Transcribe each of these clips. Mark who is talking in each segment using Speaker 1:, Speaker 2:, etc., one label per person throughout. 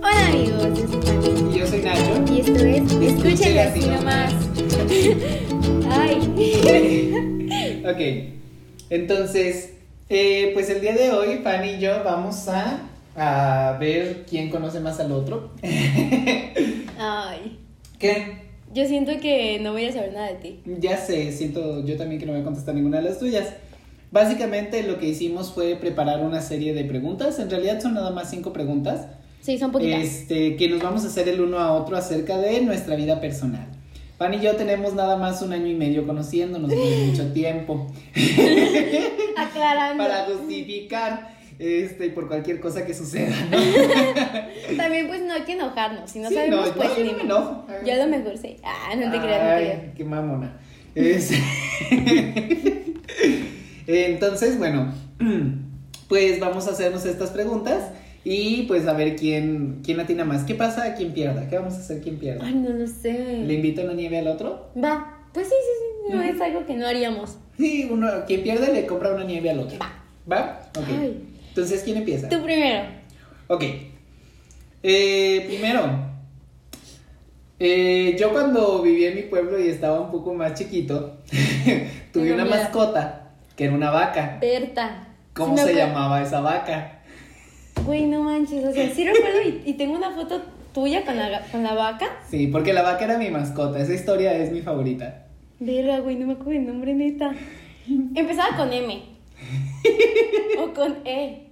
Speaker 1: todos escuchando.
Speaker 2: Y yo soy Nacho.
Speaker 1: Y esto es Escúchalo
Speaker 2: Escúchalo así
Speaker 1: así nomás. Ay.
Speaker 2: Ok, entonces, eh, pues el día de hoy, Fanny y yo vamos a, a ver quién conoce más al otro.
Speaker 1: Ay.
Speaker 2: ¿Qué?
Speaker 1: Yo siento que no voy a saber nada de ti.
Speaker 2: Ya sé, siento yo también que no voy a contestar ninguna de las tuyas. Básicamente lo que hicimos fue preparar una serie de preguntas, en realidad son nada más cinco preguntas,
Speaker 1: Sí, son poquitas.
Speaker 2: este, que nos vamos a hacer el uno a otro acerca de nuestra vida personal. Fanny y yo tenemos nada más un año y medio conociéndonos, no es mucho tiempo.
Speaker 1: Aclarando.
Speaker 2: para justificar este por cualquier cosa que suceda ¿no?
Speaker 1: También pues no hay que enojarnos. Si no
Speaker 2: Sí,
Speaker 1: sabemos,
Speaker 2: no,
Speaker 1: pues
Speaker 2: yo
Speaker 1: ni
Speaker 2: no
Speaker 1: modo.
Speaker 2: me enojo.
Speaker 1: Yo a lo mejor sé. Ah, no te creas, no te creas.
Speaker 2: Ay, qué mamona Este, Es- entonces bueno pues vamos a hacernos estas preguntas y pues a ver quién quién atina más qué pasa quién pierda qué vamos a hacer quién pierda
Speaker 1: Ay, no lo
Speaker 2: le
Speaker 1: sé.
Speaker 2: invito a la nieve al otro
Speaker 1: Va. Pues sí, sí, sí. No es algo que no haríamos.
Speaker 2: sí uno quien pierde le compra una nieve al otro va Ok.
Speaker 1: Ay.
Speaker 2: entonces quién empieza
Speaker 1: Tú primero.
Speaker 2: Ok. Eh, primero, eh, yo cuando vivía en mi pueblo y estaba un poco más chiquito, tuve
Speaker 1: Tengo
Speaker 2: una
Speaker 1: miedo.
Speaker 2: mascota, que era una vaca.
Speaker 1: Berta.
Speaker 2: ¿Cómo
Speaker 1: Sí me
Speaker 2: se
Speaker 1: acuer-
Speaker 2: llamaba esa vaca?
Speaker 1: Güey, no manches. O sea, sí recuerdo y, y tengo una foto tuya con la, con la vaca.
Speaker 2: Sí, porque la vaca era mi mascota, esa historia es mi favorita.
Speaker 1: Verga, güey, no me acuerdo el nombre, neta. Empezaba con M. o con E.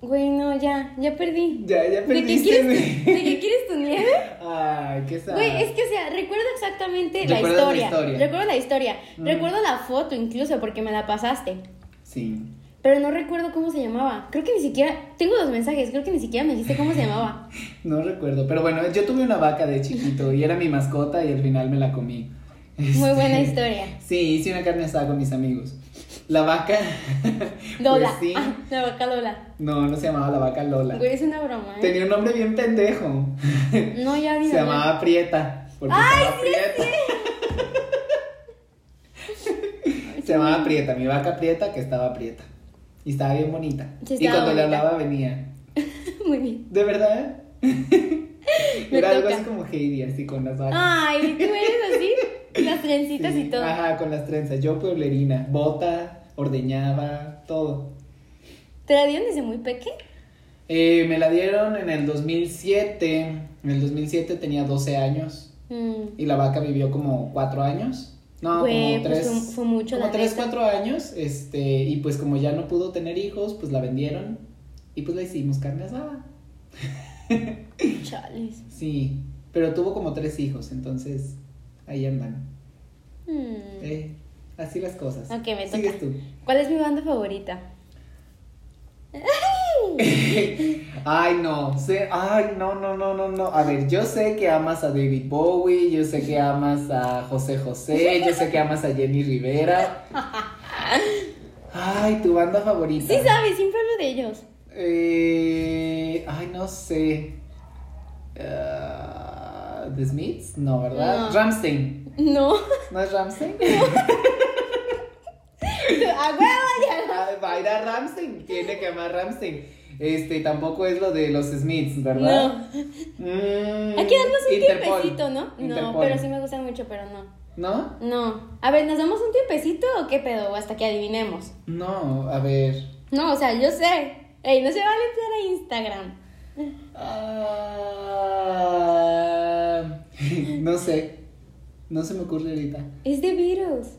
Speaker 1: Güey, no, ya, ya perdí.
Speaker 2: Ya, ya
Speaker 1: ¿De qué,
Speaker 2: perdiste.
Speaker 1: quieres tu, ¿De qué quieres tu nieve?
Speaker 2: Ay, qué sad.
Speaker 1: Güey, es que, o sea, recuerdo exactamente la
Speaker 2: Recuerdas la
Speaker 1: historia.
Speaker 2: historia.
Speaker 1: Recuerdo la historia.
Speaker 2: Mm.
Speaker 1: Recuerdo la foto incluso porque me la pasaste.
Speaker 2: Sí.
Speaker 1: Pero no recuerdo cómo se llamaba. Creo que ni siquiera. Tengo dos mensajes. Creo que ni siquiera me dijiste cómo se llamaba.
Speaker 2: No recuerdo, pero bueno, yo tuve una vaca de chiquito y era mi mascota y al final me la comí.
Speaker 1: Muy buena
Speaker 2: Este,
Speaker 1: historia.
Speaker 2: Sí, hice una carne asada con mis amigos. La vaca.
Speaker 1: Lola.
Speaker 2: Pues sí.
Speaker 1: Ah, la vaca Lola.
Speaker 2: No, no se llamaba la vaca Lola.
Speaker 1: Güey, es una broma, ¿eh?
Speaker 2: Tenía un nombre bien pendejo.
Speaker 1: No, ya vi.
Speaker 2: Se llamaba Prieta. Porque
Speaker 1: ¡Ay,
Speaker 2: estaba Prieta. se llamaba Prieta, mi vaca Prieta que estaba Prieta. Y estaba bien bonita.
Speaker 1: Sí,
Speaker 2: y
Speaker 1: estaba
Speaker 2: cuando le
Speaker 1: bonita.
Speaker 2: hablaba venía.
Speaker 1: Muy bien.
Speaker 2: ¿De verdad?
Speaker 1: Me
Speaker 2: Era algo
Speaker 1: toca.
Speaker 2: así como Heidi, así con las vacas.
Speaker 1: Ay, tú eres así. Las trencitas
Speaker 2: Sí,
Speaker 1: y todo.
Speaker 2: Ajá, con las trenzas. Yo pueblerina, bota, ordeñaba, todo.
Speaker 1: ¿Te la dieron desde muy peque?
Speaker 2: Eh, me la dieron en el 2007. En el 2007 tenía 12 años
Speaker 1: Mm.
Speaker 2: y la vaca vivió como 4 años. No,
Speaker 1: Güey,
Speaker 2: como
Speaker 1: pues
Speaker 2: 3.
Speaker 1: fue- fue mucho,
Speaker 2: Como
Speaker 1: la
Speaker 2: 3,
Speaker 1: neta.
Speaker 2: 4 años. Este, y pues como ya no pudo tener hijos, pues la vendieron y pues la hicimos carne asada.
Speaker 1: Chales.
Speaker 2: Sí, pero tuvo como 3 hijos, entonces ahí andan.
Speaker 1: Mm.
Speaker 2: Eh, así las cosas.
Speaker 1: Ok, me
Speaker 2: Sigues
Speaker 1: toca.
Speaker 2: tú.
Speaker 1: ¿Cuál es mi banda favorita?
Speaker 2: Ay, no, sé, ay, no, no, no, no, no. A ver, yo sé que amas a David Bowie, yo sé que amas a José José, yo sé que amas a Jenny Rivera. Ay, tu banda favorita.
Speaker 1: Sí, sabes, siempre hablo de ellos.
Speaker 2: Eh, ay, no sé. Ah, ¿The Smiths? No, ¿verdad?
Speaker 1: No.
Speaker 2: Ramstein.
Speaker 1: No.
Speaker 2: ¿No es Ramstein?
Speaker 1: ¡A huevo!
Speaker 2: Ah, Va a ir a Ramstein, tiene que amar Ramstein. Este, tampoco es lo de los Smiths,
Speaker 1: ya!
Speaker 2: ¿verdad?
Speaker 1: No.
Speaker 2: Mm,
Speaker 1: Hay que darnos un
Speaker 2: Interpol.
Speaker 1: tiempecito, ¿no? No,
Speaker 2: Interpol.
Speaker 1: pero sí me gustan mucho, pero no.
Speaker 2: ¿No?
Speaker 1: No. A ver, ¿nos damos un tiempecito o qué pedo? O hasta que adivinemos.
Speaker 2: No, a ver.
Speaker 1: No, o sea, yo sé. Ey, no se vale entrar a Instagram.
Speaker 2: Ah, no sé. No se me ocurre ahorita.
Speaker 1: Es de Beatles.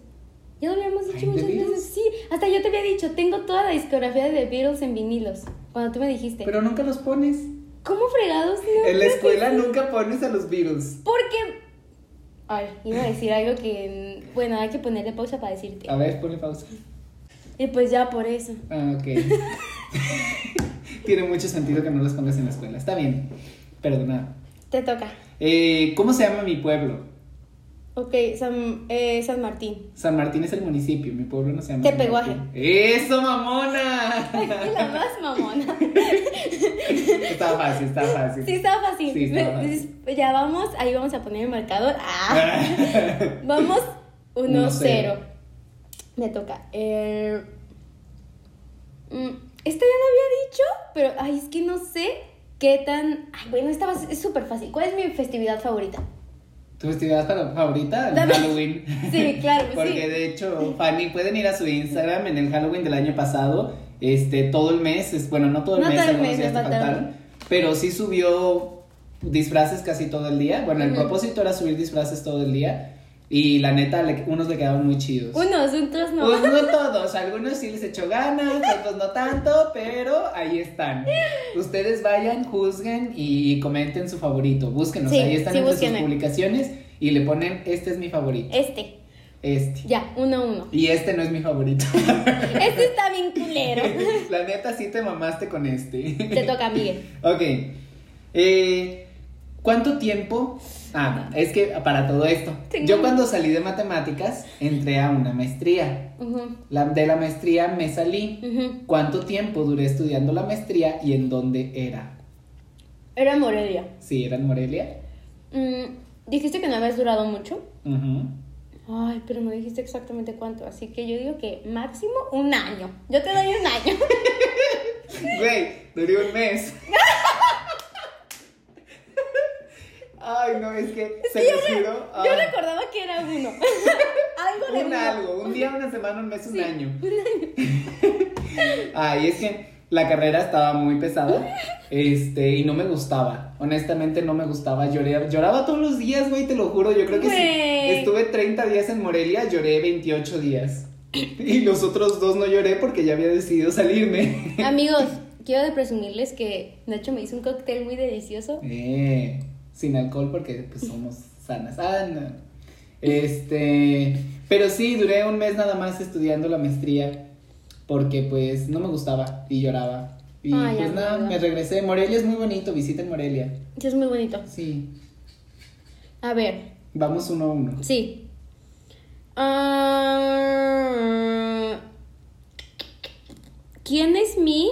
Speaker 1: Ya lo habíamos dicho
Speaker 2: Ay, ¿The
Speaker 1: muchas
Speaker 2: Beatles?
Speaker 1: veces. Sí, hasta yo te había dicho, tengo toda la discografía de The Beatles en vinilos. Cuando tú me dijiste,
Speaker 2: Pero nunca los pones.
Speaker 1: ¿cómo fregados? No,
Speaker 2: En la
Speaker 1: creo que
Speaker 2: escuela
Speaker 1: sí.
Speaker 2: nunca pones a los Beatles.
Speaker 1: Porque. Ay, iba a decir algo que. Bueno, hay que ponerle pausa para decirte.
Speaker 2: A ver, ponle pausa.
Speaker 1: Y pues ya por eso.
Speaker 2: Ah, ok. Tiene mucho sentido que no los pongas en la escuela. Está bien. Perdonad.
Speaker 1: Te toca.
Speaker 2: Eh, ¿Cómo se llama mi pueblo?
Speaker 1: Ok, San, eh, San Martín.
Speaker 2: San Martín es el municipio. Mi pueblo no se llama. San
Speaker 1: Tepehuaje.
Speaker 2: Martín. ¡Eso, mamona!
Speaker 1: Es la más mamona.
Speaker 2: Está fácil, está fácil.
Speaker 1: Sí, estaba fácil.
Speaker 2: Sí, estaba fácil.
Speaker 1: Me- Ya vamos, ahí vamos a poner el marcador. Ah, vamos 1-0. Me toca. Eh, mm, esta ya la había dicho, pero ay, es que no sé. ¿Qué tan...? Ay, bueno, esta va a ser- es súper fácil. ¿Cuál es mi festividad favorita?
Speaker 2: ¿Tu festividad fa- favorita? El
Speaker 1: Dame-
Speaker 2: Halloween.
Speaker 1: Sí, claro,
Speaker 2: Porque
Speaker 1: sí.
Speaker 2: de hecho, Fanny, pueden ir a su Instagram en el Halloween del año pasado. Este, todo el mes, es, bueno, no todo el
Speaker 1: No
Speaker 2: mes,
Speaker 1: todo el
Speaker 2: algunos
Speaker 1: mes,
Speaker 2: días
Speaker 1: me
Speaker 2: te
Speaker 1: faltaron.
Speaker 2: pero sí subió disfraces casi todo el día. Bueno, el
Speaker 1: Ujú.
Speaker 2: propósito era subir disfraces todo el día y la neta, le- unos le quedaban muy chidos.
Speaker 1: Unos, otros no.
Speaker 2: Pues no todos, algunos sí les echó ganas, otros no tanto, pero ahí están. Ustedes vayan, juzguen y comenten su favorito. Búsquenos,
Speaker 1: Sí,
Speaker 2: ahí están
Speaker 1: sí,
Speaker 2: entre
Speaker 1: búsquenme.
Speaker 2: sus publicaciones y le ponen este es mi favorito.
Speaker 1: Este,
Speaker 2: Este.
Speaker 1: ya, uno a uno.
Speaker 2: Y este no es mi favorito.
Speaker 1: Este está bien culero.
Speaker 2: La neta sí te mamaste con este.
Speaker 1: Te toca, Miguel.
Speaker 2: Ok. Eh, ¿Cuánto tiempo? Ah, es que para todo esto.
Speaker 1: Tengo-
Speaker 2: Yo cuando salí de matemáticas entré a una maestría.
Speaker 1: Ujú,
Speaker 2: La- de la maestría me salí.
Speaker 1: ujú.
Speaker 2: ¿Cuánto tiempo duré estudiando la maestría y en dónde era?
Speaker 1: Era Morelia.
Speaker 2: Si era en Morelia.
Speaker 1: Mm, dijiste que no habías durado mucho.
Speaker 2: Ujú.
Speaker 1: Ay, pero no dijiste exactamente cuánto. Así que yo digo que máximo un año. Yo te doy un año.
Speaker 2: Güey, duré un mes. Ay, no, es que se me giró.
Speaker 1: Yo
Speaker 2: Ay,
Speaker 1: recordaba que era uno. algo de
Speaker 2: Ah. un
Speaker 1: uno.
Speaker 2: algo, un día, una semana, un mes, un
Speaker 1: Sí,
Speaker 2: año. Ay, es que la carrera estaba muy pesada. Este, y no me gustaba. Honestamente, no me gustaba. Lloré, lloraba todos los días, güey, te lo juro. Yo creo que
Speaker 1: Güey.
Speaker 2: sí. Estuve 30 días en Morelia, lloré 28 días. Y los otros dos no lloré porque ya había decidido salirme.
Speaker 1: Amigos, quiero de presumirles que Nacho me hizo un cóctel muy delicioso.
Speaker 2: Eh, sin alcohol porque pues somos sanas. Ah, no. Este, pero sí, duré un mes nada más estudiando la maestría porque pues no me gustaba y lloraba. Y
Speaker 1: Ay,
Speaker 2: pues nada,
Speaker 1: amiga.
Speaker 2: me regresé. Morelia es muy bonito, visiten Morelia.
Speaker 1: Sí, es muy bonito.
Speaker 2: Sí,
Speaker 1: A ver,
Speaker 2: vamos uno a uno.
Speaker 1: sí. Ah, ¿Quién es mi...?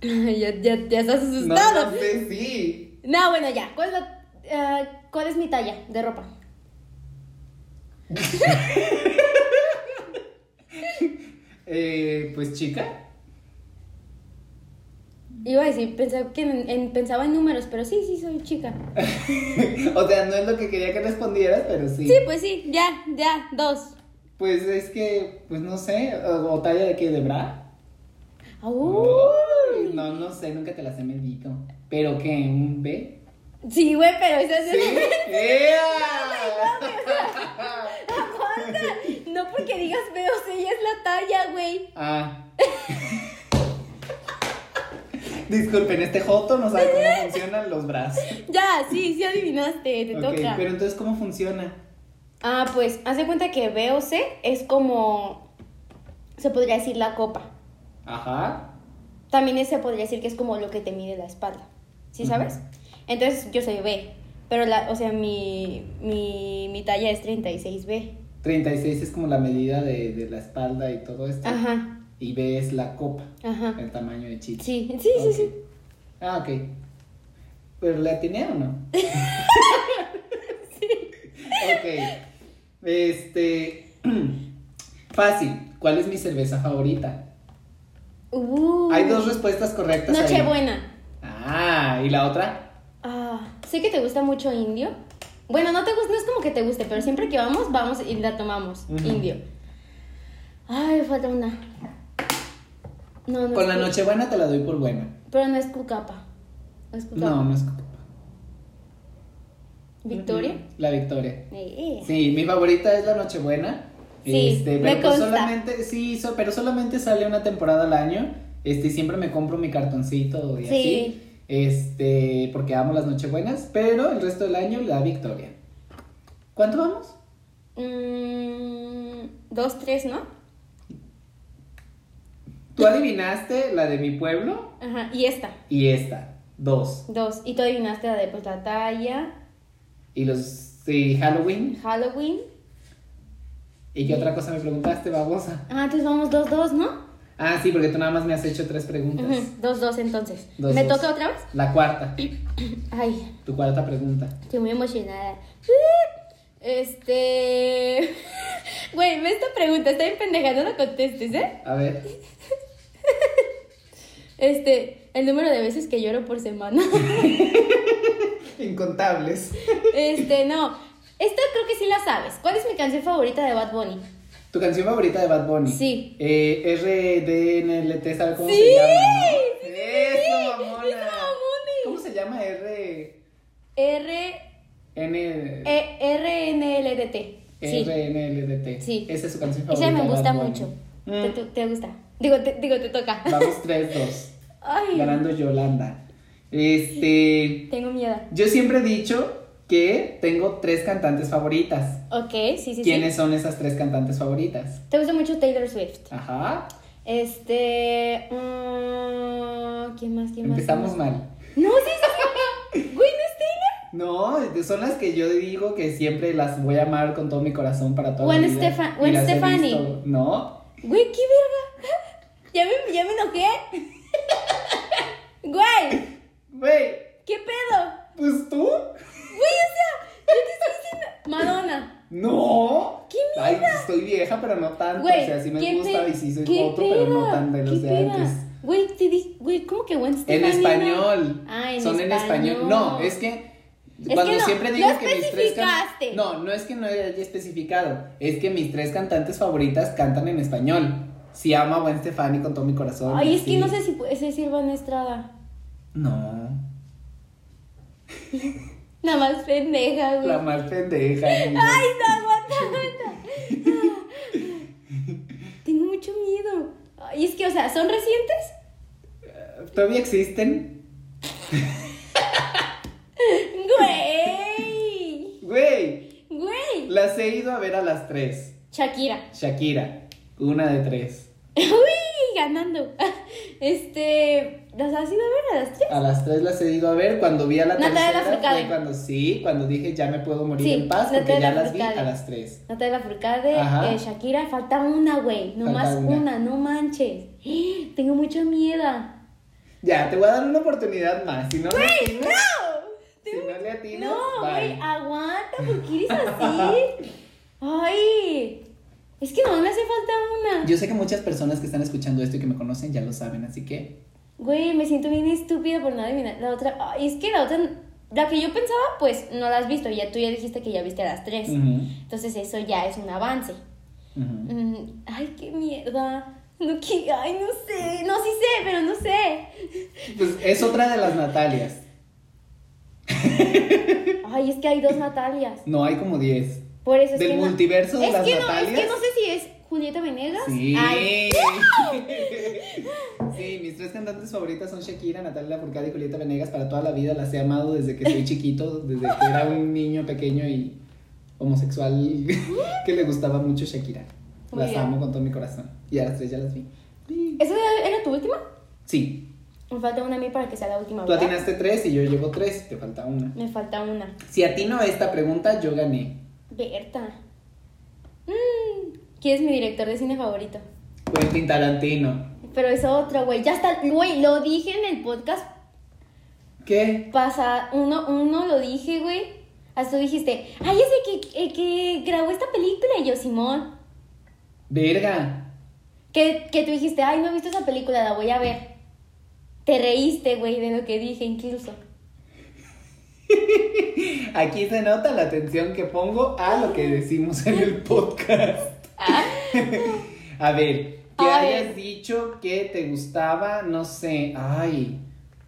Speaker 1: Ay, ya, ya, ya estás
Speaker 2: No,
Speaker 1: asustado.
Speaker 2: no sé, sí.
Speaker 1: No, bueno, ya. ¿Cuál es, la- eh, ¿Cuál es mi talla de ropa?
Speaker 2: Eh, pues chica.
Speaker 1: Iba a decir, pensaba, que en, en- pensaba en números, pero sí, sí, soy chica.
Speaker 2: O sea, no es lo que quería que respondieras, pero sí.
Speaker 1: Sí, pues sí, ya, ya, dos.
Speaker 2: Pues es que, pues no sé, o, o talla de qué, de bra. Oh.
Speaker 1: Au.
Speaker 2: Uy, No, no sé, nunca te las he medido. ¿Pero qué? ¿Un B?
Speaker 1: Sí, güey, pero eso es
Speaker 2: ¿Sí? ¡Ea!
Speaker 1: No porque digas veo, sí, es la talla, güey.
Speaker 2: Ah. Disculpen, este Joto no sabe cómo funcionan los brazos.
Speaker 1: Ya, sí, sí adivinaste, te toca.
Speaker 2: pero entonces, ¿cómo funciona?
Speaker 1: Ah, pues, haz de cuenta que VOC es como. Se podría decir la copa.
Speaker 2: Ajá.
Speaker 1: También se podría decir que es como lo que te mide la espalda. ¿Sí
Speaker 2: Ujú.
Speaker 1: sabes? Entonces yo soy B. Pero, la, o sea, mi, mi, mi talla es 36B.
Speaker 2: 36 es como la medida de, de la espalda y todo esto.
Speaker 1: Ajá,
Speaker 2: Y B es la copa,
Speaker 1: ajá.
Speaker 2: el tamaño de chichi.
Speaker 1: Sí, sí, sí, sí.
Speaker 2: Ok. Ah, ok. ¿Pero la tiene o no? Ok. Este. Fácil. ¿Cuál es mi cerveza favorita?
Speaker 1: Uh,
Speaker 2: Hay dos respuestas correctas. ahí.
Speaker 1: Nochebuena.
Speaker 2: Ah, ¿y la otra?
Speaker 1: Ah, sé que te gusta mucho indio. Bueno, no te gusta, no es como que te guste, pero siempre que vamos, vamos y la tomamos.
Speaker 2: Ujú.
Speaker 1: Indio. Ay, me falta una. No, no.
Speaker 2: Con
Speaker 1: es
Speaker 2: la
Speaker 1: cu-
Speaker 2: Nochebuena te la doy por buena.
Speaker 1: Pero no es cucapa. No es cucapa.
Speaker 2: No, no es.
Speaker 1: Victoria.
Speaker 2: La Victoria.
Speaker 1: Eh, eh.
Speaker 2: Sí, mi favorita es la Nochebuena.
Speaker 1: Sí,
Speaker 2: este,
Speaker 1: me
Speaker 2: pero pues
Speaker 1: consta.
Speaker 2: solamente, sí, so- pero solamente sale una temporada al año. Este, y siempre me compro mi cartoncito y
Speaker 1: Sí.
Speaker 2: así. Este, porque amo las Nochebuenas, pero el resto del año la Victoria. ¿Cuánto vamos?
Speaker 1: Mm, dos, tres, ¿no?
Speaker 2: Tú adivinaste la de mi pueblo
Speaker 1: Ajá, y esta,
Speaker 2: y esta, dos.
Speaker 1: dos. Y tú adivinaste la de pues la talla,
Speaker 2: Y los sí, Halloween.
Speaker 1: Halloween.
Speaker 2: ¿Y qué otra cosa me preguntaste, babosa?
Speaker 1: Ah, entonces vamos dos, dos, ¿no?
Speaker 2: Ah, sí, porque tú nada más me has hecho tres preguntas.
Speaker 1: Ujú, Dos, dos, entonces.
Speaker 2: Dos,
Speaker 1: ¿Me
Speaker 2: dos.
Speaker 1: toca otra vez?
Speaker 2: La cuarta,
Speaker 1: Ay,
Speaker 2: tu cuarta pregunta.
Speaker 1: estoy muy emocionada. Ah, Este. Güey, ve esta pregunta, está bien pendeja, no la contestes, ¿eh?
Speaker 2: A ver.
Speaker 1: Este, el número de veces que lloro por semana.
Speaker 2: Incontables.
Speaker 1: Este, no. Esta creo que sí la sabes. ¿Cuál es mi canción favorita de Bad Bunny?
Speaker 2: ¿Tu canción favorita de Bad Bunny?
Speaker 1: Sí.
Speaker 2: Eh, RDNLT, ¿sabes cómo
Speaker 1: Sí,
Speaker 2: se llama?
Speaker 1: sí,
Speaker 2: no?
Speaker 1: sí, sí,
Speaker 2: Eso, mamona.
Speaker 1: eso, mamoni.
Speaker 2: ¿Cómo se llama R
Speaker 1: R
Speaker 2: N
Speaker 1: E R N L D T. Sí.
Speaker 2: RNLDT?
Speaker 1: Sí.
Speaker 2: Esa es su canción favorita.
Speaker 1: Esa me
Speaker 2: de
Speaker 1: gusta
Speaker 2: Bad Bunny.
Speaker 1: mucho.
Speaker 2: Mm.
Speaker 1: ¿Te, tu- te gusta? Digo, te, digo, te toca.
Speaker 2: Vamos 3-2.
Speaker 1: Ay,
Speaker 2: ganando Yolanda. Este.
Speaker 1: tengo miedo.
Speaker 2: Yo siempre he dicho que tengo tres cantantes favoritas.
Speaker 1: Ok, sí, sí,
Speaker 2: ¿Quiénes son esas tres cantantes favoritas?
Speaker 1: sí. ¿Te gusta mucho Taylor Swift?
Speaker 2: Ajá.
Speaker 1: Este. mm, ¿Quién más? ¿Quién más?
Speaker 2: Empezamos
Speaker 1: ¿Quién más?
Speaker 2: mal.
Speaker 1: No, sí, sí. sí. Güey, no es Taylor.
Speaker 2: No, son las que yo digo que siempre las voy a amar con todo mi corazón para toda
Speaker 1: Gwen
Speaker 2: la vida.
Speaker 1: Stefa-
Speaker 2: Y
Speaker 1: Gwen
Speaker 2: las he
Speaker 1: Stefani.
Speaker 2: visto. No.
Speaker 1: Güey, qué verga. Ya me, ya me enojé. Güey,
Speaker 2: Güey,
Speaker 1: ¿qué pedo?
Speaker 2: pues tú.
Speaker 1: Güey, o sea, yo te estoy diciendo. Madonna.
Speaker 2: No.
Speaker 1: ¿Qué
Speaker 2: Ay, pues estoy vieja, pero no tanto.
Speaker 1: Güey,
Speaker 2: o sea, sí me
Speaker 1: ¿qué
Speaker 2: gusta
Speaker 1: pe-
Speaker 2: y sí soy
Speaker 1: qué
Speaker 2: foto, pero no
Speaker 1: peda?
Speaker 2: tan de los
Speaker 1: ¿Qué
Speaker 2: de
Speaker 1: peda?
Speaker 2: antes.
Speaker 1: Güey, te di, güey, ¿cómo que Gwen
Speaker 2: En
Speaker 1: Stefani?
Speaker 2: español.
Speaker 1: Ah, en
Speaker 2: Son en español. No, es que.
Speaker 1: Es
Speaker 2: cuando
Speaker 1: que no,
Speaker 2: siempre
Speaker 1: lo
Speaker 2: digo que mis tres can-
Speaker 1: especificaste.
Speaker 2: No, no es que no haya especificado. Es que mis tres cantantes favoritas cantan en español. Si amo a Gwen Stefani con todo mi corazón.
Speaker 1: Ay, es
Speaker 2: sí.
Speaker 1: que no sé si puede ser Silvana Estrada.
Speaker 2: No.
Speaker 1: Nada más pendeja, güey.
Speaker 2: La más pendeja. amigo.
Speaker 1: Ay, no, aguanta, aguanta. Tengo mucho miedo. Ay, es que, o sea, ¿son recientes?
Speaker 2: ¿Todavía existen?
Speaker 1: Güey.
Speaker 2: Güey,
Speaker 1: Güey.
Speaker 2: las he ido a ver a las tres.
Speaker 1: Shakira.
Speaker 2: Shakira, una de tres.
Speaker 1: Uy, ganando. Este, ¿las has ido a ver a las tres?
Speaker 2: A las tres las he ido a ver. Cuando vi a la
Speaker 1: Natalia
Speaker 2: tercera
Speaker 1: Lafourcade.
Speaker 2: fue cuando sí, cuando dije ya me puedo morir
Speaker 1: Sí,
Speaker 2: en paz porque
Speaker 1: Natalia
Speaker 2: ya las vi
Speaker 1: Lafourcade.
Speaker 2: a las tres.
Speaker 1: Natalia Furcade,
Speaker 2: Ajá.
Speaker 1: eh, Shakira, falta una, güey. Nomás
Speaker 2: Falta una.
Speaker 1: una. no manches. Tengo mucha miedo.
Speaker 2: Ya, te voy a dar una oportunidad más. Si no, le
Speaker 1: ¡No!
Speaker 2: atinas- si
Speaker 1: Tengo-
Speaker 2: no le atinas,
Speaker 1: No,
Speaker 2: bye.
Speaker 1: güey, aguanta, ¿por qué eres así? Ay, es que nomás me hace falta una.
Speaker 2: Yo sé que muchas personas que están escuchando esto y que me conocen ya lo saben, así que.
Speaker 1: Güey, me siento bien estúpida por no adivinar la otra. Ay, es que la otra, la que yo pensaba, pues no la has visto. Ya tú ya dijiste que ya viste a las tres.
Speaker 2: Ujú,
Speaker 1: Entonces eso ya es un avance.
Speaker 2: ujú.
Speaker 1: Mm, ay, qué mierda. No, que, ay, no sé. No, sí sé, pero no sé.
Speaker 2: Pues es otra de las Natalias.
Speaker 1: Ay, es que hay dos Natalias.
Speaker 2: No, hay como 10.
Speaker 1: Por eso es
Speaker 2: Del
Speaker 1: que no-
Speaker 2: multiverso de
Speaker 1: es
Speaker 2: las
Speaker 1: que no,
Speaker 2: Natalias.
Speaker 1: es que no sé si es Julieta Venegas.
Speaker 2: Sí.
Speaker 1: Ay,
Speaker 2: sí, mis tres cantantes favoritas son Shakira, Natalia Lafourcade y Julieta Venegas. Para toda la vida las he amado desde que soy chiquito, desde que era un niño pequeño y homosexual que le gustaba mucho Shakira.
Speaker 1: Muy
Speaker 2: Las
Speaker 1: bien.
Speaker 2: amo con todo mi corazón. Y a las tres ya las vi.
Speaker 1: ¿Esa era- era tu última?
Speaker 2: Sí,
Speaker 1: Me falta una a mí para que sea la última.
Speaker 2: tú
Speaker 1: ¿verdad?
Speaker 2: atinaste tres y yo llevo tres, te falta una.
Speaker 1: Me falta una.
Speaker 2: Si atino a esta pregunta, yo gané.
Speaker 1: Berta. Mm, ¿Quién es mi director de cine favorito?
Speaker 2: Quentin Tarantino.
Speaker 1: Pero es otro, güey. Ya está. Güey, lo dije en el podcast
Speaker 2: ¿Qué?
Speaker 1: pasado. Uno, uno lo dije, güey. Hasta tú dijiste, ay, es el que, el que grabó esta película. Y yo, Simón.
Speaker 2: Verga.
Speaker 1: Que, que tú dijiste, ay, no he visto esa película, la voy a ver. Te reíste, güey, de lo que dije incluso.
Speaker 2: Aquí se nota la atención que pongo a lo que decimos en el podcast.
Speaker 1: Ah,
Speaker 2: A ver, que
Speaker 1: A
Speaker 2: hayas
Speaker 1: ver.
Speaker 2: dicho que te gustaba, no sé, ay,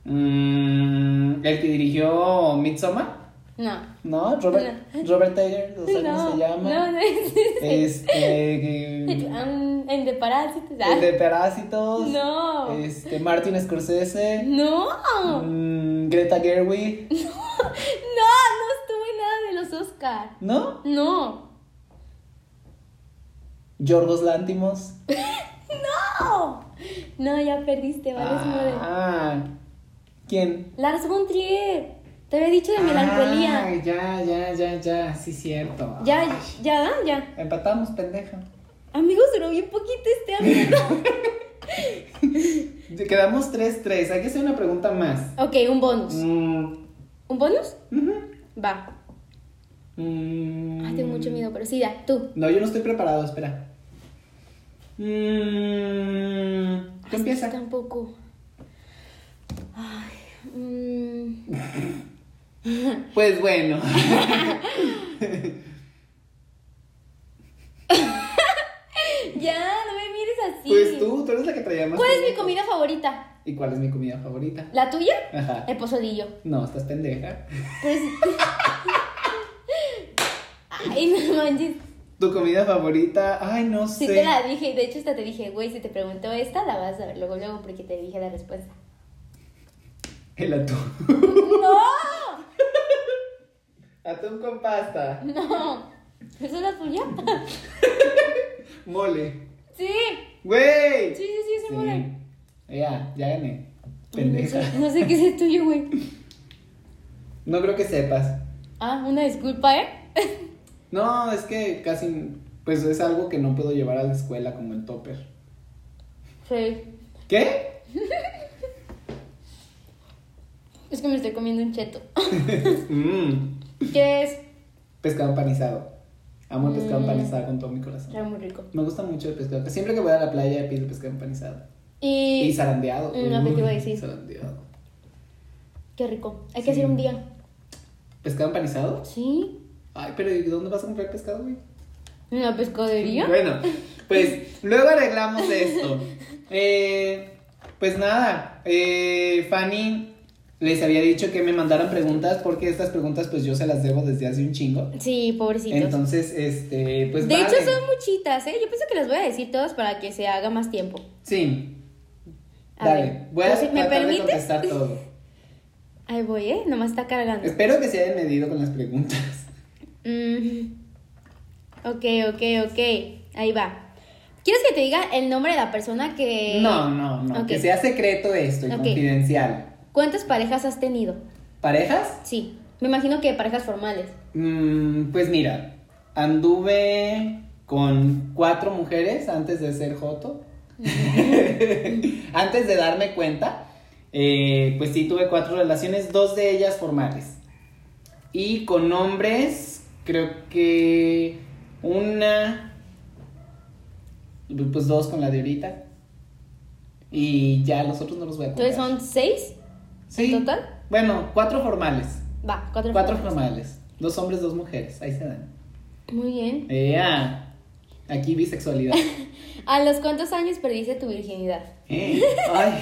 Speaker 2: mm, el que dirigió Midsommar,
Speaker 1: no.
Speaker 2: ¿no? Robert, Robert Taylor, no sé cómo se llama.
Speaker 1: No, no es ese.
Speaker 2: Este, que-
Speaker 1: Um, el de Parásitos. ah.
Speaker 2: el de Parásitos.
Speaker 1: No.
Speaker 2: Este, Martin Scorsese.
Speaker 1: No.
Speaker 2: mm, Greta Gerwig, Mm.
Speaker 1: No, no estuve nada de los Oscar.
Speaker 2: ¿no?
Speaker 1: No.
Speaker 2: Yorgos Lántimos.
Speaker 1: No. No, ya perdiste, vale, es nueve.
Speaker 2: Ah, ¿quién?
Speaker 1: Lars von Trier. Te había dicho de melancolía.
Speaker 2: Ah, ya, ya, ya, ya, sí, cierto.
Speaker 1: Ya, ya, ya.
Speaker 2: Empatamos, pendeja.
Speaker 1: Amigos, duró bien poquito este amigo.
Speaker 2: Quedamos 3-3. Hay que hacer una pregunta más.
Speaker 1: ok, un bonus.
Speaker 2: Mm,
Speaker 1: ¿Un bonus?
Speaker 2: ujú.
Speaker 1: Va.
Speaker 2: Mm.
Speaker 1: Ay, tengo mucho miedo, pero sí, ya, tú.
Speaker 2: No, yo no estoy preparado, espera. Mm, Tú
Speaker 1: Ay,
Speaker 2: empieza.
Speaker 1: Tampoco. Ay, mm,
Speaker 2: Pues bueno.
Speaker 1: ya, no me mires así.
Speaker 2: Pues tú, tú eres la que traía más.
Speaker 1: ¿Cuál es mi
Speaker 2: preguntas.
Speaker 1: comida favorita?
Speaker 2: ¿Y cuál es mi comida favorita?
Speaker 1: ¿La tuya?
Speaker 2: Ajá.
Speaker 1: El pozolillo.
Speaker 2: No, estás pendeja.
Speaker 1: Pero es- Ay, no manches.
Speaker 2: ¿Tu comida favorita? Ay, no
Speaker 1: Sí,
Speaker 2: sé.
Speaker 1: te la dije, y de hecho hasta te dije, güey, si te pregunto esta, la vas a ver luego, luego, porque te dije la respuesta.
Speaker 2: El atún.
Speaker 1: ¡No!
Speaker 2: atún con pasta.
Speaker 1: No. ¿Esa es la tuya?
Speaker 2: Mole.
Speaker 1: Sí.
Speaker 2: ¡Güey!
Speaker 1: Sí, sí, sí, es el mole.
Speaker 2: Sí. Ya, ya gané.
Speaker 1: Ay, No
Speaker 2: Pendeja.
Speaker 1: sé, no sé qué es el tuyo, güey.
Speaker 2: No creo que sepas.
Speaker 1: Ah, una disculpa, ¿eh?
Speaker 2: No, es que casi. Pues es algo que no puedo llevar a la escuela como el topper.
Speaker 1: Sí.
Speaker 2: ¿Qué?
Speaker 1: Es que me estoy comiendo un cheto. Mm.
Speaker 2: Mmm.
Speaker 1: ¿Qué es?
Speaker 2: Pescado empanizado. Amo el pescado
Speaker 1: Mm.
Speaker 2: empanizado con todo mi corazón.
Speaker 1: Está muy rico.
Speaker 2: Me gusta mucho el pescado. Siempre que voy a la playa pido pescado empanizado. Y
Speaker 1: Y...
Speaker 2: zarandeado.
Speaker 1: Mm, lo que te iba a
Speaker 2: Uy,
Speaker 1: decir.
Speaker 2: Zarandeado.
Speaker 1: Qué rico. Hay
Speaker 2: Sí.
Speaker 1: que hacer un día.
Speaker 2: ¿Pescado empanizado?
Speaker 1: ¿Sí?
Speaker 2: Ay, pero ¿y dónde vas a comprar pescado, güey?
Speaker 1: ¿En la pescadería?
Speaker 2: Bueno, pues luego arreglamos esto. Eh, pues nada, eh, Fanny les había dicho que me mandaran preguntas porque estas preguntas pues yo se las debo desde hace un chingo.
Speaker 1: Sí, pobrecitos.
Speaker 2: Entonces, este, pues...
Speaker 1: de hecho
Speaker 2: valen.
Speaker 1: son muchitas, ¿eh? Yo pienso que las voy a decir todas para que se haga más tiempo.
Speaker 2: Sí.
Speaker 1: A
Speaker 2: Dale,
Speaker 1: ver,
Speaker 2: voy a
Speaker 1: pues, si me
Speaker 2: tratar de
Speaker 1: permites.
Speaker 2: contestar todo.
Speaker 1: Ahí voy, ¿eh? Nomás está cargando.
Speaker 2: Espero que se hayan medido con las preguntas.
Speaker 1: Mm. Ok, ok, ok. Ahí va. ¿Quieres que te diga el nombre de la persona que...
Speaker 2: No, no, no.
Speaker 1: Eh, ok.
Speaker 2: Que sea secreto esto y
Speaker 1: Ok.
Speaker 2: confidencial.
Speaker 1: ¿Cuántas parejas has tenido?
Speaker 2: ¿Parejas?
Speaker 1: Sí. Me imagino que parejas formales.
Speaker 2: Mm, pues mira, anduve con cuatro mujeres antes de ser Joto. antes de darme cuenta, eh, pues sí tuve cuatro relaciones, dos de ellas formales. Y con hombres, creo que una, pues dos con la de ahorita. Y ya los otros no los voy a contar.
Speaker 1: Entonces son seis.
Speaker 2: Sí.
Speaker 1: total?
Speaker 2: Bueno, cuatro formales.
Speaker 1: Va, cuatro.
Speaker 2: Cuatro formales. Dos hombres, dos mujeres. Ahí se dan.
Speaker 1: Muy bien.
Speaker 2: Ea. Eh, ah, Aquí bisexualidad.
Speaker 1: ¿A los cuántos años perdiste tu virginidad?
Speaker 2: Eh, Ay.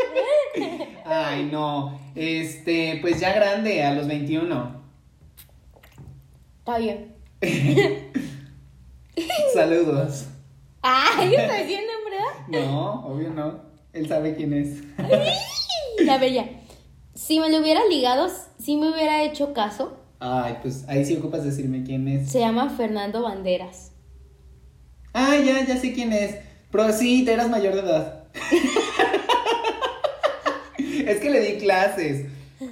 Speaker 2: Ay, no. Este, pues ya grande, a los 21.
Speaker 1: Está bien.
Speaker 2: Saludos.
Speaker 1: ¡Ah! ¿Yo te decía el nombre? ¿verdad?
Speaker 2: No, obvio no. Él sabe quién es.
Speaker 1: La bella. Si me lo hubiera ligado, si me hubiera hecho caso,
Speaker 2: Ay, pues ahí sí ocupas decirme quién es.
Speaker 1: se llama Fernando Banderas.
Speaker 2: Ah, ya, ya sé quién es. Pero sí, te eras mayor de edad. es que le di clases.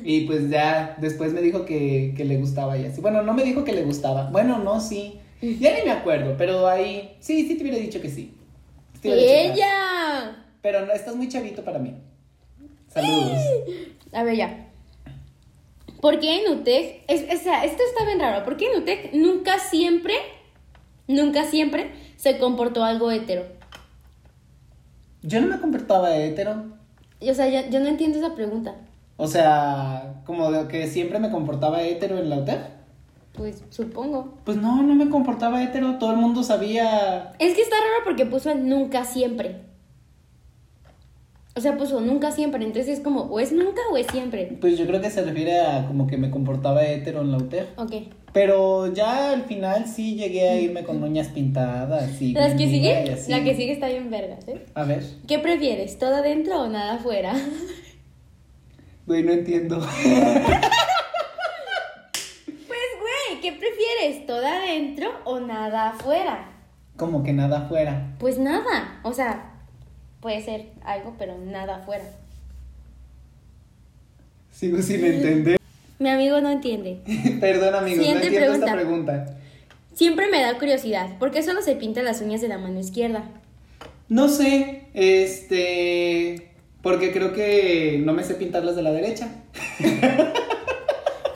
Speaker 2: Y pues ya, después me dijo que, que le gustaba y así. Bueno, no me dijo que le gustaba. Bueno, no, sí. Ya ni me acuerdo, pero ahí. Sí, sí te hubiera dicho que sí. Sí te hubiera dicho que no.
Speaker 1: ¡Ella!
Speaker 2: Pero no, estás muy chavito para mí. Saludos.
Speaker 1: La bella. ¿Por qué en UTEC? Es, o sea, esto está bien raro. ¿Por qué en UTEC nunca siempre, nunca siempre se comportó algo hetero?
Speaker 2: Yo no me comportaba hetero.
Speaker 1: Y, O sea, yo, yo no entiendo esa pregunta.
Speaker 2: O sea, como de que siempre me comportaba hetero en la UTEP.
Speaker 1: Pues supongo.
Speaker 2: Pues no, no me comportaba hetero. Todo el mundo sabía
Speaker 1: Es que está raro porque puso el nunca siempre. O sea, puso nunca siempre. Entonces es como, o es nunca o es siempre.
Speaker 2: Pues yo creo que se refiere a como que me comportaba hetero en la UTEP.
Speaker 1: Ok.
Speaker 2: Pero ya al final sí llegué a irme con uñas pintadas y.
Speaker 1: Las que
Speaker 2: mendiga y
Speaker 1: sigue,
Speaker 2: así.
Speaker 1: la que sigue está bien vergas, ¿eh?
Speaker 2: A ver.
Speaker 1: ¿Qué prefieres? ¿Todo adentro o nada afuera?
Speaker 2: Güey, no entiendo.
Speaker 1: Pues, güey, ¿qué prefieres? ¿Todo adentro o nada afuera?
Speaker 2: como que nada fuera.
Speaker 1: Pues nada. O sea, puede ser algo, pero nada afuera.
Speaker 2: Sigo sin entender.
Speaker 1: Mi amigo no entiende.
Speaker 2: Perdón, amigos, no
Speaker 1: Siguiente
Speaker 2: entiendo esta pregunta.
Speaker 1: Siempre me da curiosidad. ¿Por qué solo se pinta las uñas de la mano izquierda?
Speaker 2: No sé, este. Porque creo que no me sé pintar las de la derecha.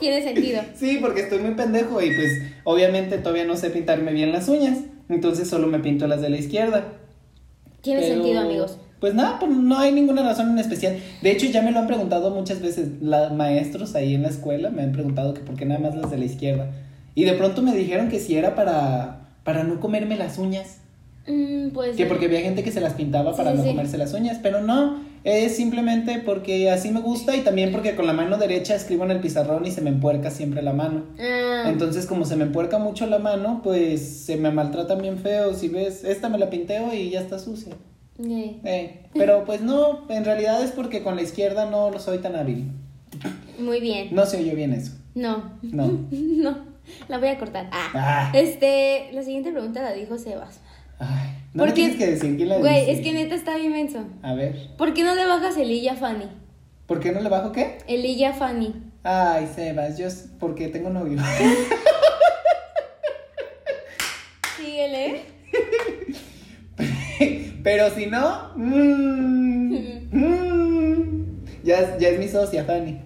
Speaker 1: Tiene sentido.
Speaker 2: Sí, porque estoy muy pendejo y pues obviamente todavía no sé pintarme bien las uñas. Entonces solo me pinto las de la izquierda.
Speaker 1: Tiene
Speaker 2: Pero-
Speaker 1: sentido, amigos.
Speaker 2: Pues nada, pues no hay ninguna razón en especial. De hecho, ya me lo han preguntado muchas veces. Los maestros ahí en la escuela me han preguntado que por qué nada más las de la izquierda. Y de pronto me dijeron que si era para, para no comerme las uñas.
Speaker 1: Mm, pues.
Speaker 2: Que
Speaker 1: no.
Speaker 2: porque había gente que se las pintaba para
Speaker 1: Sí,
Speaker 2: no
Speaker 1: sí.
Speaker 2: comerse las uñas, pero no, es simplemente porque así me gusta y también porque con la mano derecha escribo en el pizarrón y se me empuerca siempre la mano.
Speaker 1: Ah,
Speaker 2: Entonces, como se me empuerca mucho la mano, pues se me maltratan bien feo. Si ves, esta me la pinteo y ya está sucia.
Speaker 1: ok.
Speaker 2: Eh, pero pues no, en realidad es porque con la izquierda no lo soy tan hábil.
Speaker 1: Muy bien.
Speaker 2: No se oyó bien eso.
Speaker 1: No.
Speaker 2: No.
Speaker 1: No. La voy a cortar. Ah.
Speaker 2: Ah,
Speaker 1: Este, la siguiente pregunta la dijo Sebas.
Speaker 2: ay, no me
Speaker 1: Porque-
Speaker 2: tienes que decir quién la
Speaker 1: Güey,
Speaker 2: dice.
Speaker 1: es que neta está bien menso.
Speaker 2: A ver,
Speaker 1: ¿Por qué no le bajas el I a Fanny?
Speaker 2: ¿por qué no le bajo qué?
Speaker 1: El I a Fanny.
Speaker 2: Ay, Sebas, yo s- porque tengo novio.
Speaker 1: Síguele.
Speaker 2: Pero si no, mm, mm, ya, es- ya es mi socia, Fanny.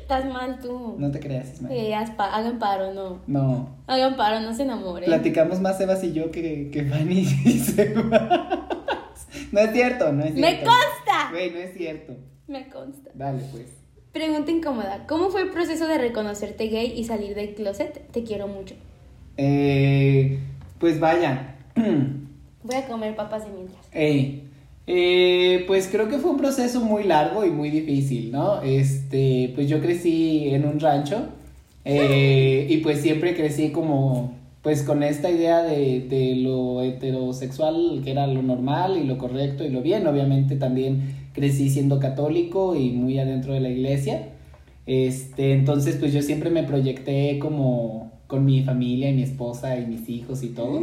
Speaker 1: Estás mal tú.
Speaker 2: No te creas, Ismael.
Speaker 1: Eh, haz pa- hagan paro, no.
Speaker 2: No.
Speaker 1: Hagan paro, no se enamoren.
Speaker 2: Platicamos más Sebas y yo que, que Fanny y Sebas. No es cierto, no es
Speaker 1: ¡Me
Speaker 2: cierto.
Speaker 1: consta!
Speaker 2: Güey, no es cierto.
Speaker 1: Me consta.
Speaker 2: Dale, pues.
Speaker 1: Pregunta incómoda. ¿Cómo fue el proceso de reconocerte gay y salir del closet? Te quiero mucho.
Speaker 2: Eh, pues vaya.
Speaker 1: Voy a comer papas de mientras.
Speaker 2: Ey, eh, pues creo que fue un proceso muy largo y muy difícil, ¿no? Este, pues yo crecí en un rancho eh, y pues siempre crecí como, pues con esta idea de, de lo heterosexual, que era lo normal y lo correcto y lo bien. Obviamente también crecí siendo católico y muy adentro de la iglesia. Este, entonces pues yo siempre me proyecté como con mi familia y mi esposa y mis hijos y todo.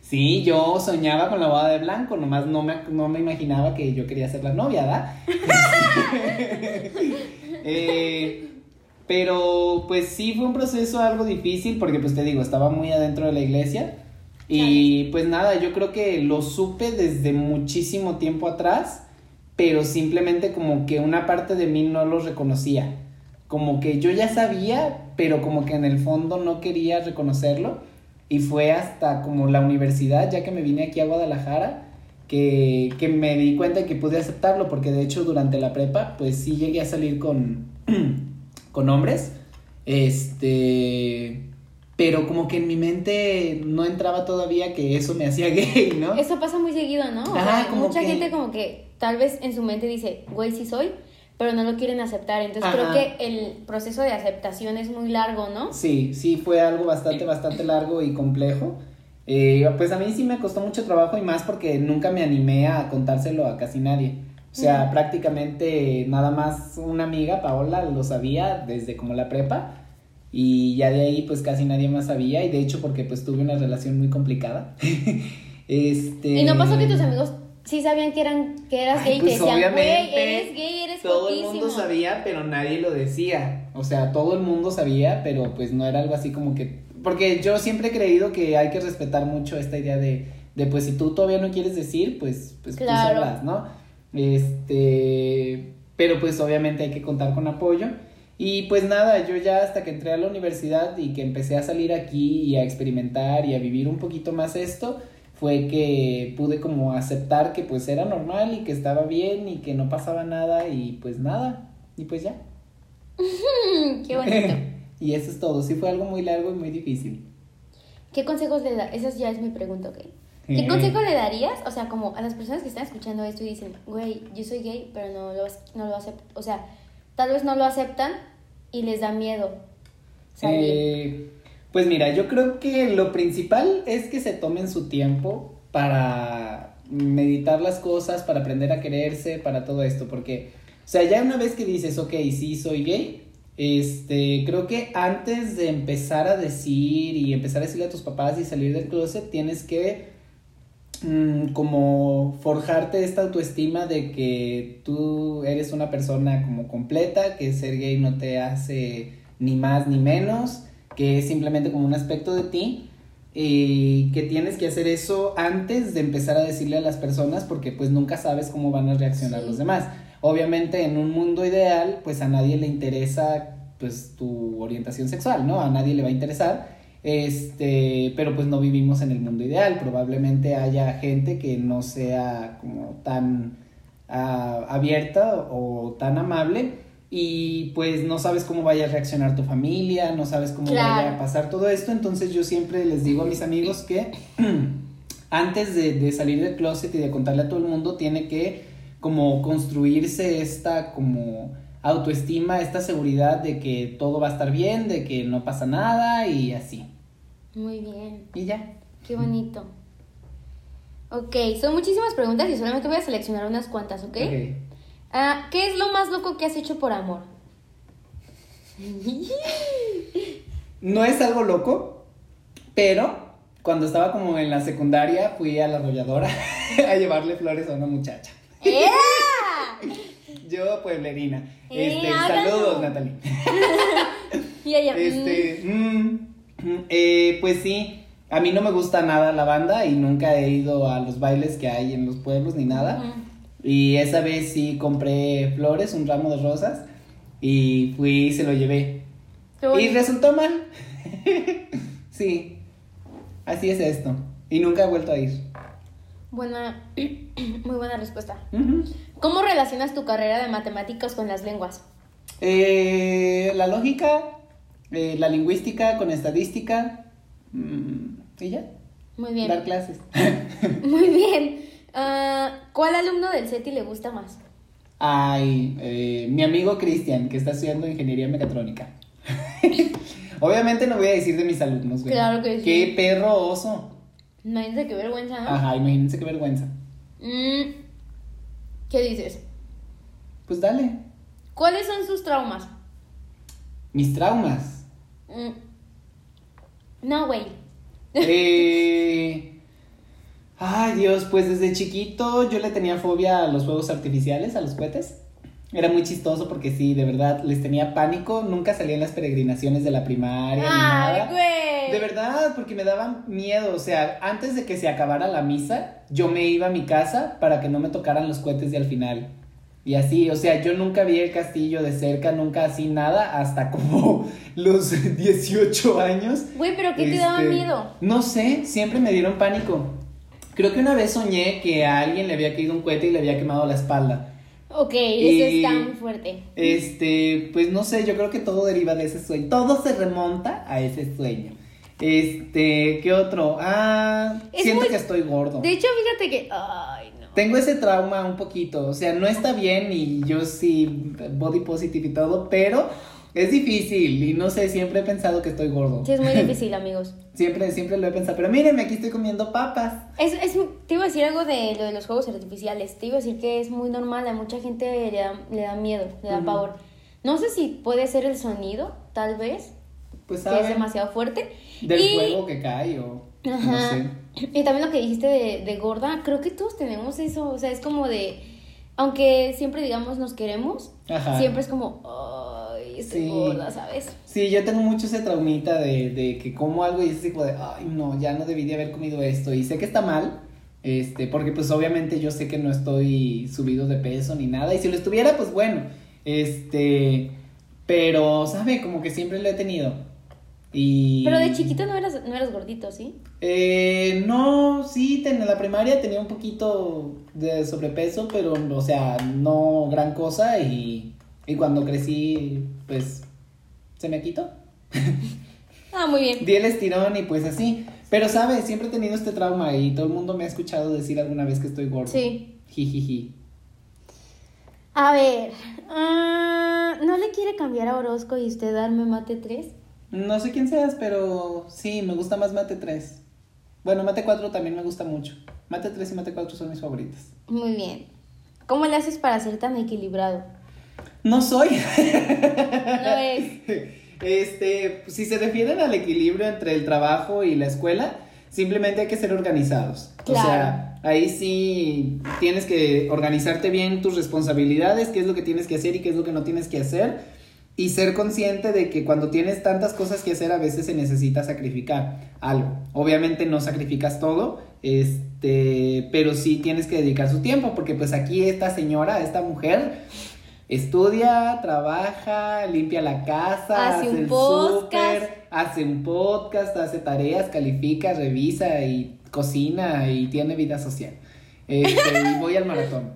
Speaker 2: Sí, yo soñaba con la boda de blanco, nomás no me, no me imaginaba que yo quería ser la novia, ¿verdad? Eh, pero pues sí fue un proceso algo difícil porque pues te digo, estaba muy adentro de la iglesia y pues nada, yo creo que lo supe desde muchísimo tiempo atrás, pero simplemente como que una parte de mí no lo reconocía, como que yo ya sabía, pero como que en el fondo no quería reconocerlo y fue hasta como la universidad, ya que me vine aquí a Guadalajara, que, que me di cuenta que pude aceptarlo, porque de hecho durante la prepa, pues sí llegué a salir con, con hombres, este, pero como que en mi mente no entraba todavía que eso me hacía gay, ¿no?
Speaker 1: Eso pasa muy seguido, ¿no? O
Speaker 2: Ajá,
Speaker 1: sea,
Speaker 2: como
Speaker 1: mucha
Speaker 2: que-
Speaker 1: gente como que tal vez en su mente dice, güey, sí soy, pero no lo quieren aceptar. Entonces
Speaker 2: Ajá.
Speaker 1: creo que el proceso de aceptación es muy largo, ¿no? Eh.
Speaker 2: Sí, sí, fue algo bastante, bastante largo y complejo. Eh, pues a mí sí me costó mucho trabajo y más porque nunca me animé a contárselo a casi nadie. O sea,
Speaker 1: Ujú.
Speaker 2: prácticamente nada más una amiga, Paola, lo sabía desde como la prepa y ya de ahí pues casi nadie más sabía y de hecho porque pues tuve una relación muy complicada. este...
Speaker 1: Y no pasó que tus amigos sí sabían que eran que eras gay y
Speaker 2: Ay,
Speaker 1: te
Speaker 2: pues,
Speaker 1: decían, güey,
Speaker 2: obviamente,
Speaker 1: eres gay, eres
Speaker 2: Todo el
Speaker 1: jotísimo.
Speaker 2: mundo sabía, pero nadie lo decía. O sea, todo el mundo sabía, pero pues no era algo así como que... Porque yo siempre he creído que hay que respetar mucho esta idea de, de pues si tú todavía no quieres decir, pues, pues tú
Speaker 1: Claro.
Speaker 2: sabrás, ¿no? Este... Pero pues obviamente hay que contar con apoyo. Y pues nada, yo ya hasta que entré a la universidad y que empecé a salir aquí y a experimentar y a vivir un poquito más esto, fue que pude como aceptar que pues era normal y que estaba bien y que no pasaba nada y pues nada. Y pues ya.
Speaker 1: Mm, qué bonito.
Speaker 2: y eso es todo. Sí fue algo muy largo y muy difícil.
Speaker 1: ¿Qué consejos le das? Esa ya es mi pregunta, ¿ok?
Speaker 2: Eh.
Speaker 1: ¿Qué consejo le darías? O sea, como a las personas que están escuchando esto y dicen, güey, yo soy gay, pero no lo, ac- no lo acepto. O sea, tal vez no lo aceptan y les da miedo salir.
Speaker 2: Eh, pues mira, yo creo que lo principal es que se tomen su tiempo para meditar las cosas, para aprender a quererse, para todo esto, porque, o sea, ya una vez que dices, ok, sí, soy gay, este, creo que antes de empezar a decir y empezar a decirle a tus papás y salir del closet, tienes que mm, como forjarte esta autoestima de que tú eres una persona como completa, que ser gay no te hace ni más ni menos, que es simplemente como un aspecto de ti y que tienes que hacer eso antes de empezar a decirle a las personas porque pues nunca sabes cómo van a reaccionar
Speaker 1: Sí.
Speaker 2: los demás. Obviamente en un mundo ideal pues a nadie le interesa pues tu orientación sexual, ¿no? A nadie le va a interesar. Este, pero pues no vivimos en el mundo ideal. Probablemente haya gente que no sea como tan ah, abierta o tan amable y pues no sabes cómo vaya a reaccionar tu familia, no sabes cómo
Speaker 1: Claro.
Speaker 2: vaya a pasar todo esto. Entonces yo siempre les digo a mis amigos que antes de, de salir del closet y de contarle a todo el mundo, tiene que como construirse esta como autoestima, esta seguridad de que todo va a estar bien, de que no pasa nada y así.
Speaker 1: Muy bien,
Speaker 2: Y ya.
Speaker 1: qué bonito. Ok, son muchísimas preguntas y solamente voy a seleccionar unas cuantas, ¿ok?
Speaker 2: Ok.
Speaker 1: Ah, ¿Qué es lo más loco que has hecho por amor? ¿Eh?
Speaker 2: No es algo loco, pero cuando estaba como en la secundaria fui a la arrolladora a llevarle flores a una muchacha.
Speaker 1: ¡Ea!
Speaker 2: Yo, pueblerina.
Speaker 1: Eh,
Speaker 2: Este,
Speaker 1: háblalo.
Speaker 2: saludos, Natalie.
Speaker 1: Y ella, mm,
Speaker 2: Este, mm, mm, eh, pues sí, a mí no me gusta nada la banda y nunca he ido a los bailes que hay en los pueblos ni nada.
Speaker 1: ujú.
Speaker 2: Y esa vez sí compré flores, un ramo de rosas y fui y se lo llevé.
Speaker 1: Qué bonito.
Speaker 2: Y resultó mal. sí, así es esto. Y nunca he vuelto a ir.
Speaker 1: Buena, muy buena respuesta.
Speaker 2: Ujú.
Speaker 1: ¿Cómo relacionas tu carrera de matemáticas con las lenguas?
Speaker 2: Eh, la lógica, eh, la lingüística con estadística mm, y ya.
Speaker 1: Muy bien.
Speaker 2: Dar clases.
Speaker 1: Muy bien. Ah, ¿Cuál alumno del CETI le gusta más?
Speaker 2: Ay, eh, mi amigo Cristian, que está estudiando ingeniería mecatrónica. Obviamente no voy a decir de mis alumnos, güey.
Speaker 1: Claro que sí. Ah.
Speaker 2: Qué perro oso.
Speaker 1: Imagínate qué vergüenza, ¿no?
Speaker 2: Ajá, imagínense qué vergüenza.
Speaker 1: Mm, ¿Qué dices?
Speaker 2: Pues dale.
Speaker 1: ¿Cuáles son sus traumas?
Speaker 2: Mis traumas.
Speaker 1: Mm, No, güey.
Speaker 2: Eh, Ay, Dios, pues desde chiquito yo le tenía fobia a los fuegos artificiales, a los cohetes. Era muy chistoso porque sí, de verdad, les tenía pánico. Nunca salía en las peregrinaciones de la primaria. ni nada.
Speaker 1: Ay, güey.
Speaker 2: De verdad, porque me daban miedo. O sea, antes de que se acabara la misa, yo me iba a mi casa para que no me tocaran los cohetes de al final. Y así, o sea, yo nunca vi el castillo de cerca, nunca así nada, hasta como los 18 años.
Speaker 1: Güey, pero ¿qué te daba
Speaker 2: Este,
Speaker 1: miedo?
Speaker 2: No sé, siempre me dieron pánico. Creo que una vez soñé que a alguien le había caído un cohete y le había quemado la espalda.
Speaker 1: Ok, eso es
Speaker 2: y-
Speaker 1: tan fuerte.
Speaker 2: Este, pues no sé, yo creo que todo deriva de ese sueño. Todo se remonta a ese sueño. Este, ¿qué otro? Ah,
Speaker 1: Es
Speaker 2: siento
Speaker 1: muy-
Speaker 2: que estoy gordo.
Speaker 1: De hecho, fíjate que. Ay, no.
Speaker 2: Tengo ese trauma un poquito, o sea, no está bien y yo sí, body positive y todo, pero es difícil y no sé, siempre he pensado que estoy gordo.
Speaker 1: Sí, es muy difícil, amigos.
Speaker 2: Siempre, siempre lo he pensado, pero mírenme, aquí estoy comiendo papas.
Speaker 1: Es, es- te iba a decir algo de lo de los juegos artificiales. Te iba a decir que es muy normal. A mucha gente le da, le da miedo, le da
Speaker 2: Ujú.
Speaker 1: pavor. No sé si puede ser el sonido, tal vez,
Speaker 2: Pues
Speaker 1: que es
Speaker 2: saben,
Speaker 1: demasiado fuerte.
Speaker 2: del
Speaker 1: y,
Speaker 2: fuego que cae o no
Speaker 1: Ajá.
Speaker 2: sé.
Speaker 1: Y también lo que dijiste de, de gorda, creo que todos tenemos eso. O sea, es como de. Aunque siempre digamos nos queremos,
Speaker 2: Ajá.
Speaker 1: siempre es como. Ay, estoy
Speaker 2: Sí.
Speaker 1: gorda, ¿sabes?
Speaker 2: Sí, yo tengo mucho ese traumita de, de que como algo y es así como de, ay, no, ya no debí de haber comido esto. Y sé que está mal, este, porque pues obviamente yo sé que no estoy subido de peso ni nada. Y si lo estuviera, pues bueno, este, pero, ¿sabe? Como que siempre lo he tenido. Y...
Speaker 1: Pero de chiquito no eras, no eras gordito, ¿sí?
Speaker 2: Eh, no, sí, ten- en la primaria tenía un poquito de sobrepeso, pero, o sea, no gran cosa. Y, y cuando crecí, pues, se me quitó.
Speaker 1: Ah, muy bien.
Speaker 2: Di el estirón y pues así. Pero, ¿sabes? Siempre he tenido este trauma y todo el mundo me ha escuchado decir alguna vez que estoy gordo.
Speaker 1: Sí.
Speaker 2: Jijiji.
Speaker 1: A ver, ah, ¿no le quiere cambiar a Orozco y usted darme mate 3?
Speaker 2: No sé quién seas, pero sí, me gusta más Mate 3. Bueno, Mate 4 también me gusta mucho. Mate 3 y Mate 4 son mis favoritas.
Speaker 1: Muy bien. ¿Cómo le haces para ser tan equilibrado?
Speaker 2: No soy.
Speaker 1: No es.
Speaker 2: Este, si se refieren al equilibrio entre el trabajo y la escuela, simplemente hay que ser organizados. O
Speaker 1: Claro.
Speaker 2: sea, ahí sí tienes que organizarte bien tus responsabilidades, qué es lo que tienes que hacer y qué es lo que no tienes que hacer. Y ser consciente de que cuando tienes tantas cosas que hacer, a veces se necesita sacrificar algo. Obviamente no sacrificas todo, este, pero sí tienes que dedicar su tiempo, porque pues aquí esta señora, esta mujer, estudia, trabaja, limpia la casa,
Speaker 1: Hace un
Speaker 2: el
Speaker 1: podcast.
Speaker 2: súper, hace un podcast, hace tareas, califica, revisa y cocina y tiene vida social. Este, y voy al maratón.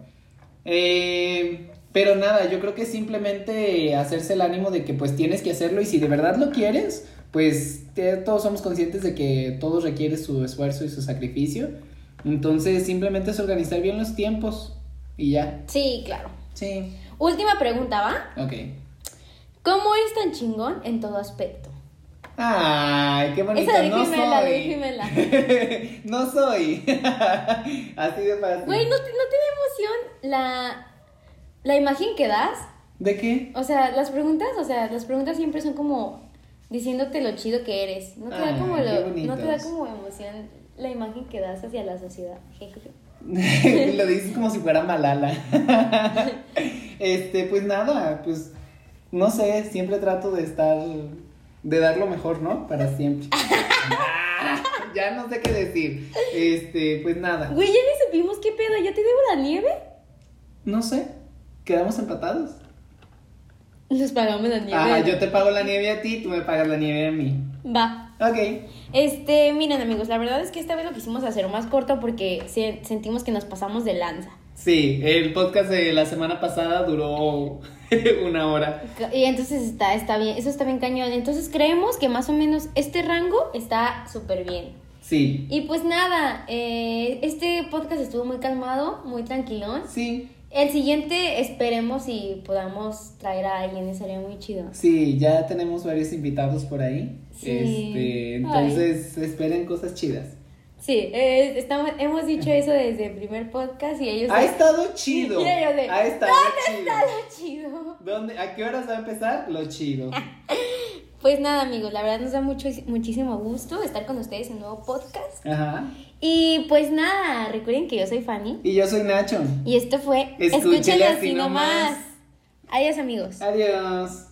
Speaker 2: Eh, pero nada, yo creo que simplemente hacerse el ánimo de que pues tienes que hacerlo y si de verdad lo quieres, pues te- todos somos conscientes de que todo requiere su esfuerzo y su sacrificio. Entonces simplemente es organizar bien los tiempos y ya.
Speaker 1: Sí, claro.
Speaker 2: Sí.
Speaker 1: Última pregunta, ¿va?
Speaker 2: Ok.
Speaker 1: ¿Cómo eres tan chingón en todo aspecto?
Speaker 2: Ay, qué bonito.
Speaker 1: Esa de
Speaker 2: no
Speaker 1: Jimena,
Speaker 2: soy.
Speaker 1: de Jimena.
Speaker 2: no soy. Así de fácil.
Speaker 1: Güey, ¿no te, no te da emoción la, la imagen que das?
Speaker 2: ¿De qué?
Speaker 1: O sea, las preguntas, o sea, las preguntas siempre son como diciéndote lo chido que eres. No te da
Speaker 2: Ah,
Speaker 1: como
Speaker 2: qué
Speaker 1: lo, no
Speaker 2: bonitos.
Speaker 1: te da como emoción la imagen que das hacia la sociedad. Jejeje.
Speaker 2: lo dices como si fuera Malala. este, pues nada, pues no sé, siempre trato de estar, de dar lo mejor, ¿no? Para siempre. Ah, ya no sé qué decir. Este, pues nada.
Speaker 1: Güey, ya ni supimos qué pedo, ¿ya te debo la nieve?
Speaker 2: No sé, quedamos empatados.
Speaker 1: Nos pagamos la nieve.
Speaker 2: Ah, yo te pago la nieve a ti, tú me pagas la nieve a mí.
Speaker 1: Va.
Speaker 2: Ok.
Speaker 1: Este, miren amigos, la verdad es que esta vez lo quisimos hacer más corto porque se- sentimos que nos pasamos de lanza.
Speaker 2: Sí, el podcast de la semana pasada duró una hora.
Speaker 1: Y entonces está, está bien, eso está bien cañón. Entonces creemos que más o menos este rango está súper bien.
Speaker 2: Sí.
Speaker 1: Y pues nada, eh, este podcast estuvo muy calmado, muy tranquilón.
Speaker 2: Sí.
Speaker 1: El siguiente esperemos y podamos traer a alguien, y sería muy chido.
Speaker 2: Sí, ya tenemos varios invitados por ahí.
Speaker 1: Sí.
Speaker 2: Este, entonces esperen cosas chidas.
Speaker 1: Sí, eh, estamos, hemos dicho eso desde el primer podcast y ellos...
Speaker 2: Ha estado chido.
Speaker 1: Y ellos de,
Speaker 2: Ha estado
Speaker 1: ¿Dónde
Speaker 2: chido.
Speaker 1: está lo chido?
Speaker 2: ¿Dónde, ¿A qué horas va a empezar? Lo chido.
Speaker 1: Ah. Pues nada amigos, la verdad nos da mucho, muchísimo gusto estar con ustedes en un nuevo podcast.
Speaker 2: Ajá.
Speaker 1: Y pues nada, recuerden que yo soy Fanny.
Speaker 2: Y yo soy Nacho.
Speaker 1: Y esto fue
Speaker 2: Escúchele
Speaker 1: Escúchenlo
Speaker 2: así nomás.
Speaker 1: Adiós amigos.
Speaker 2: Adiós.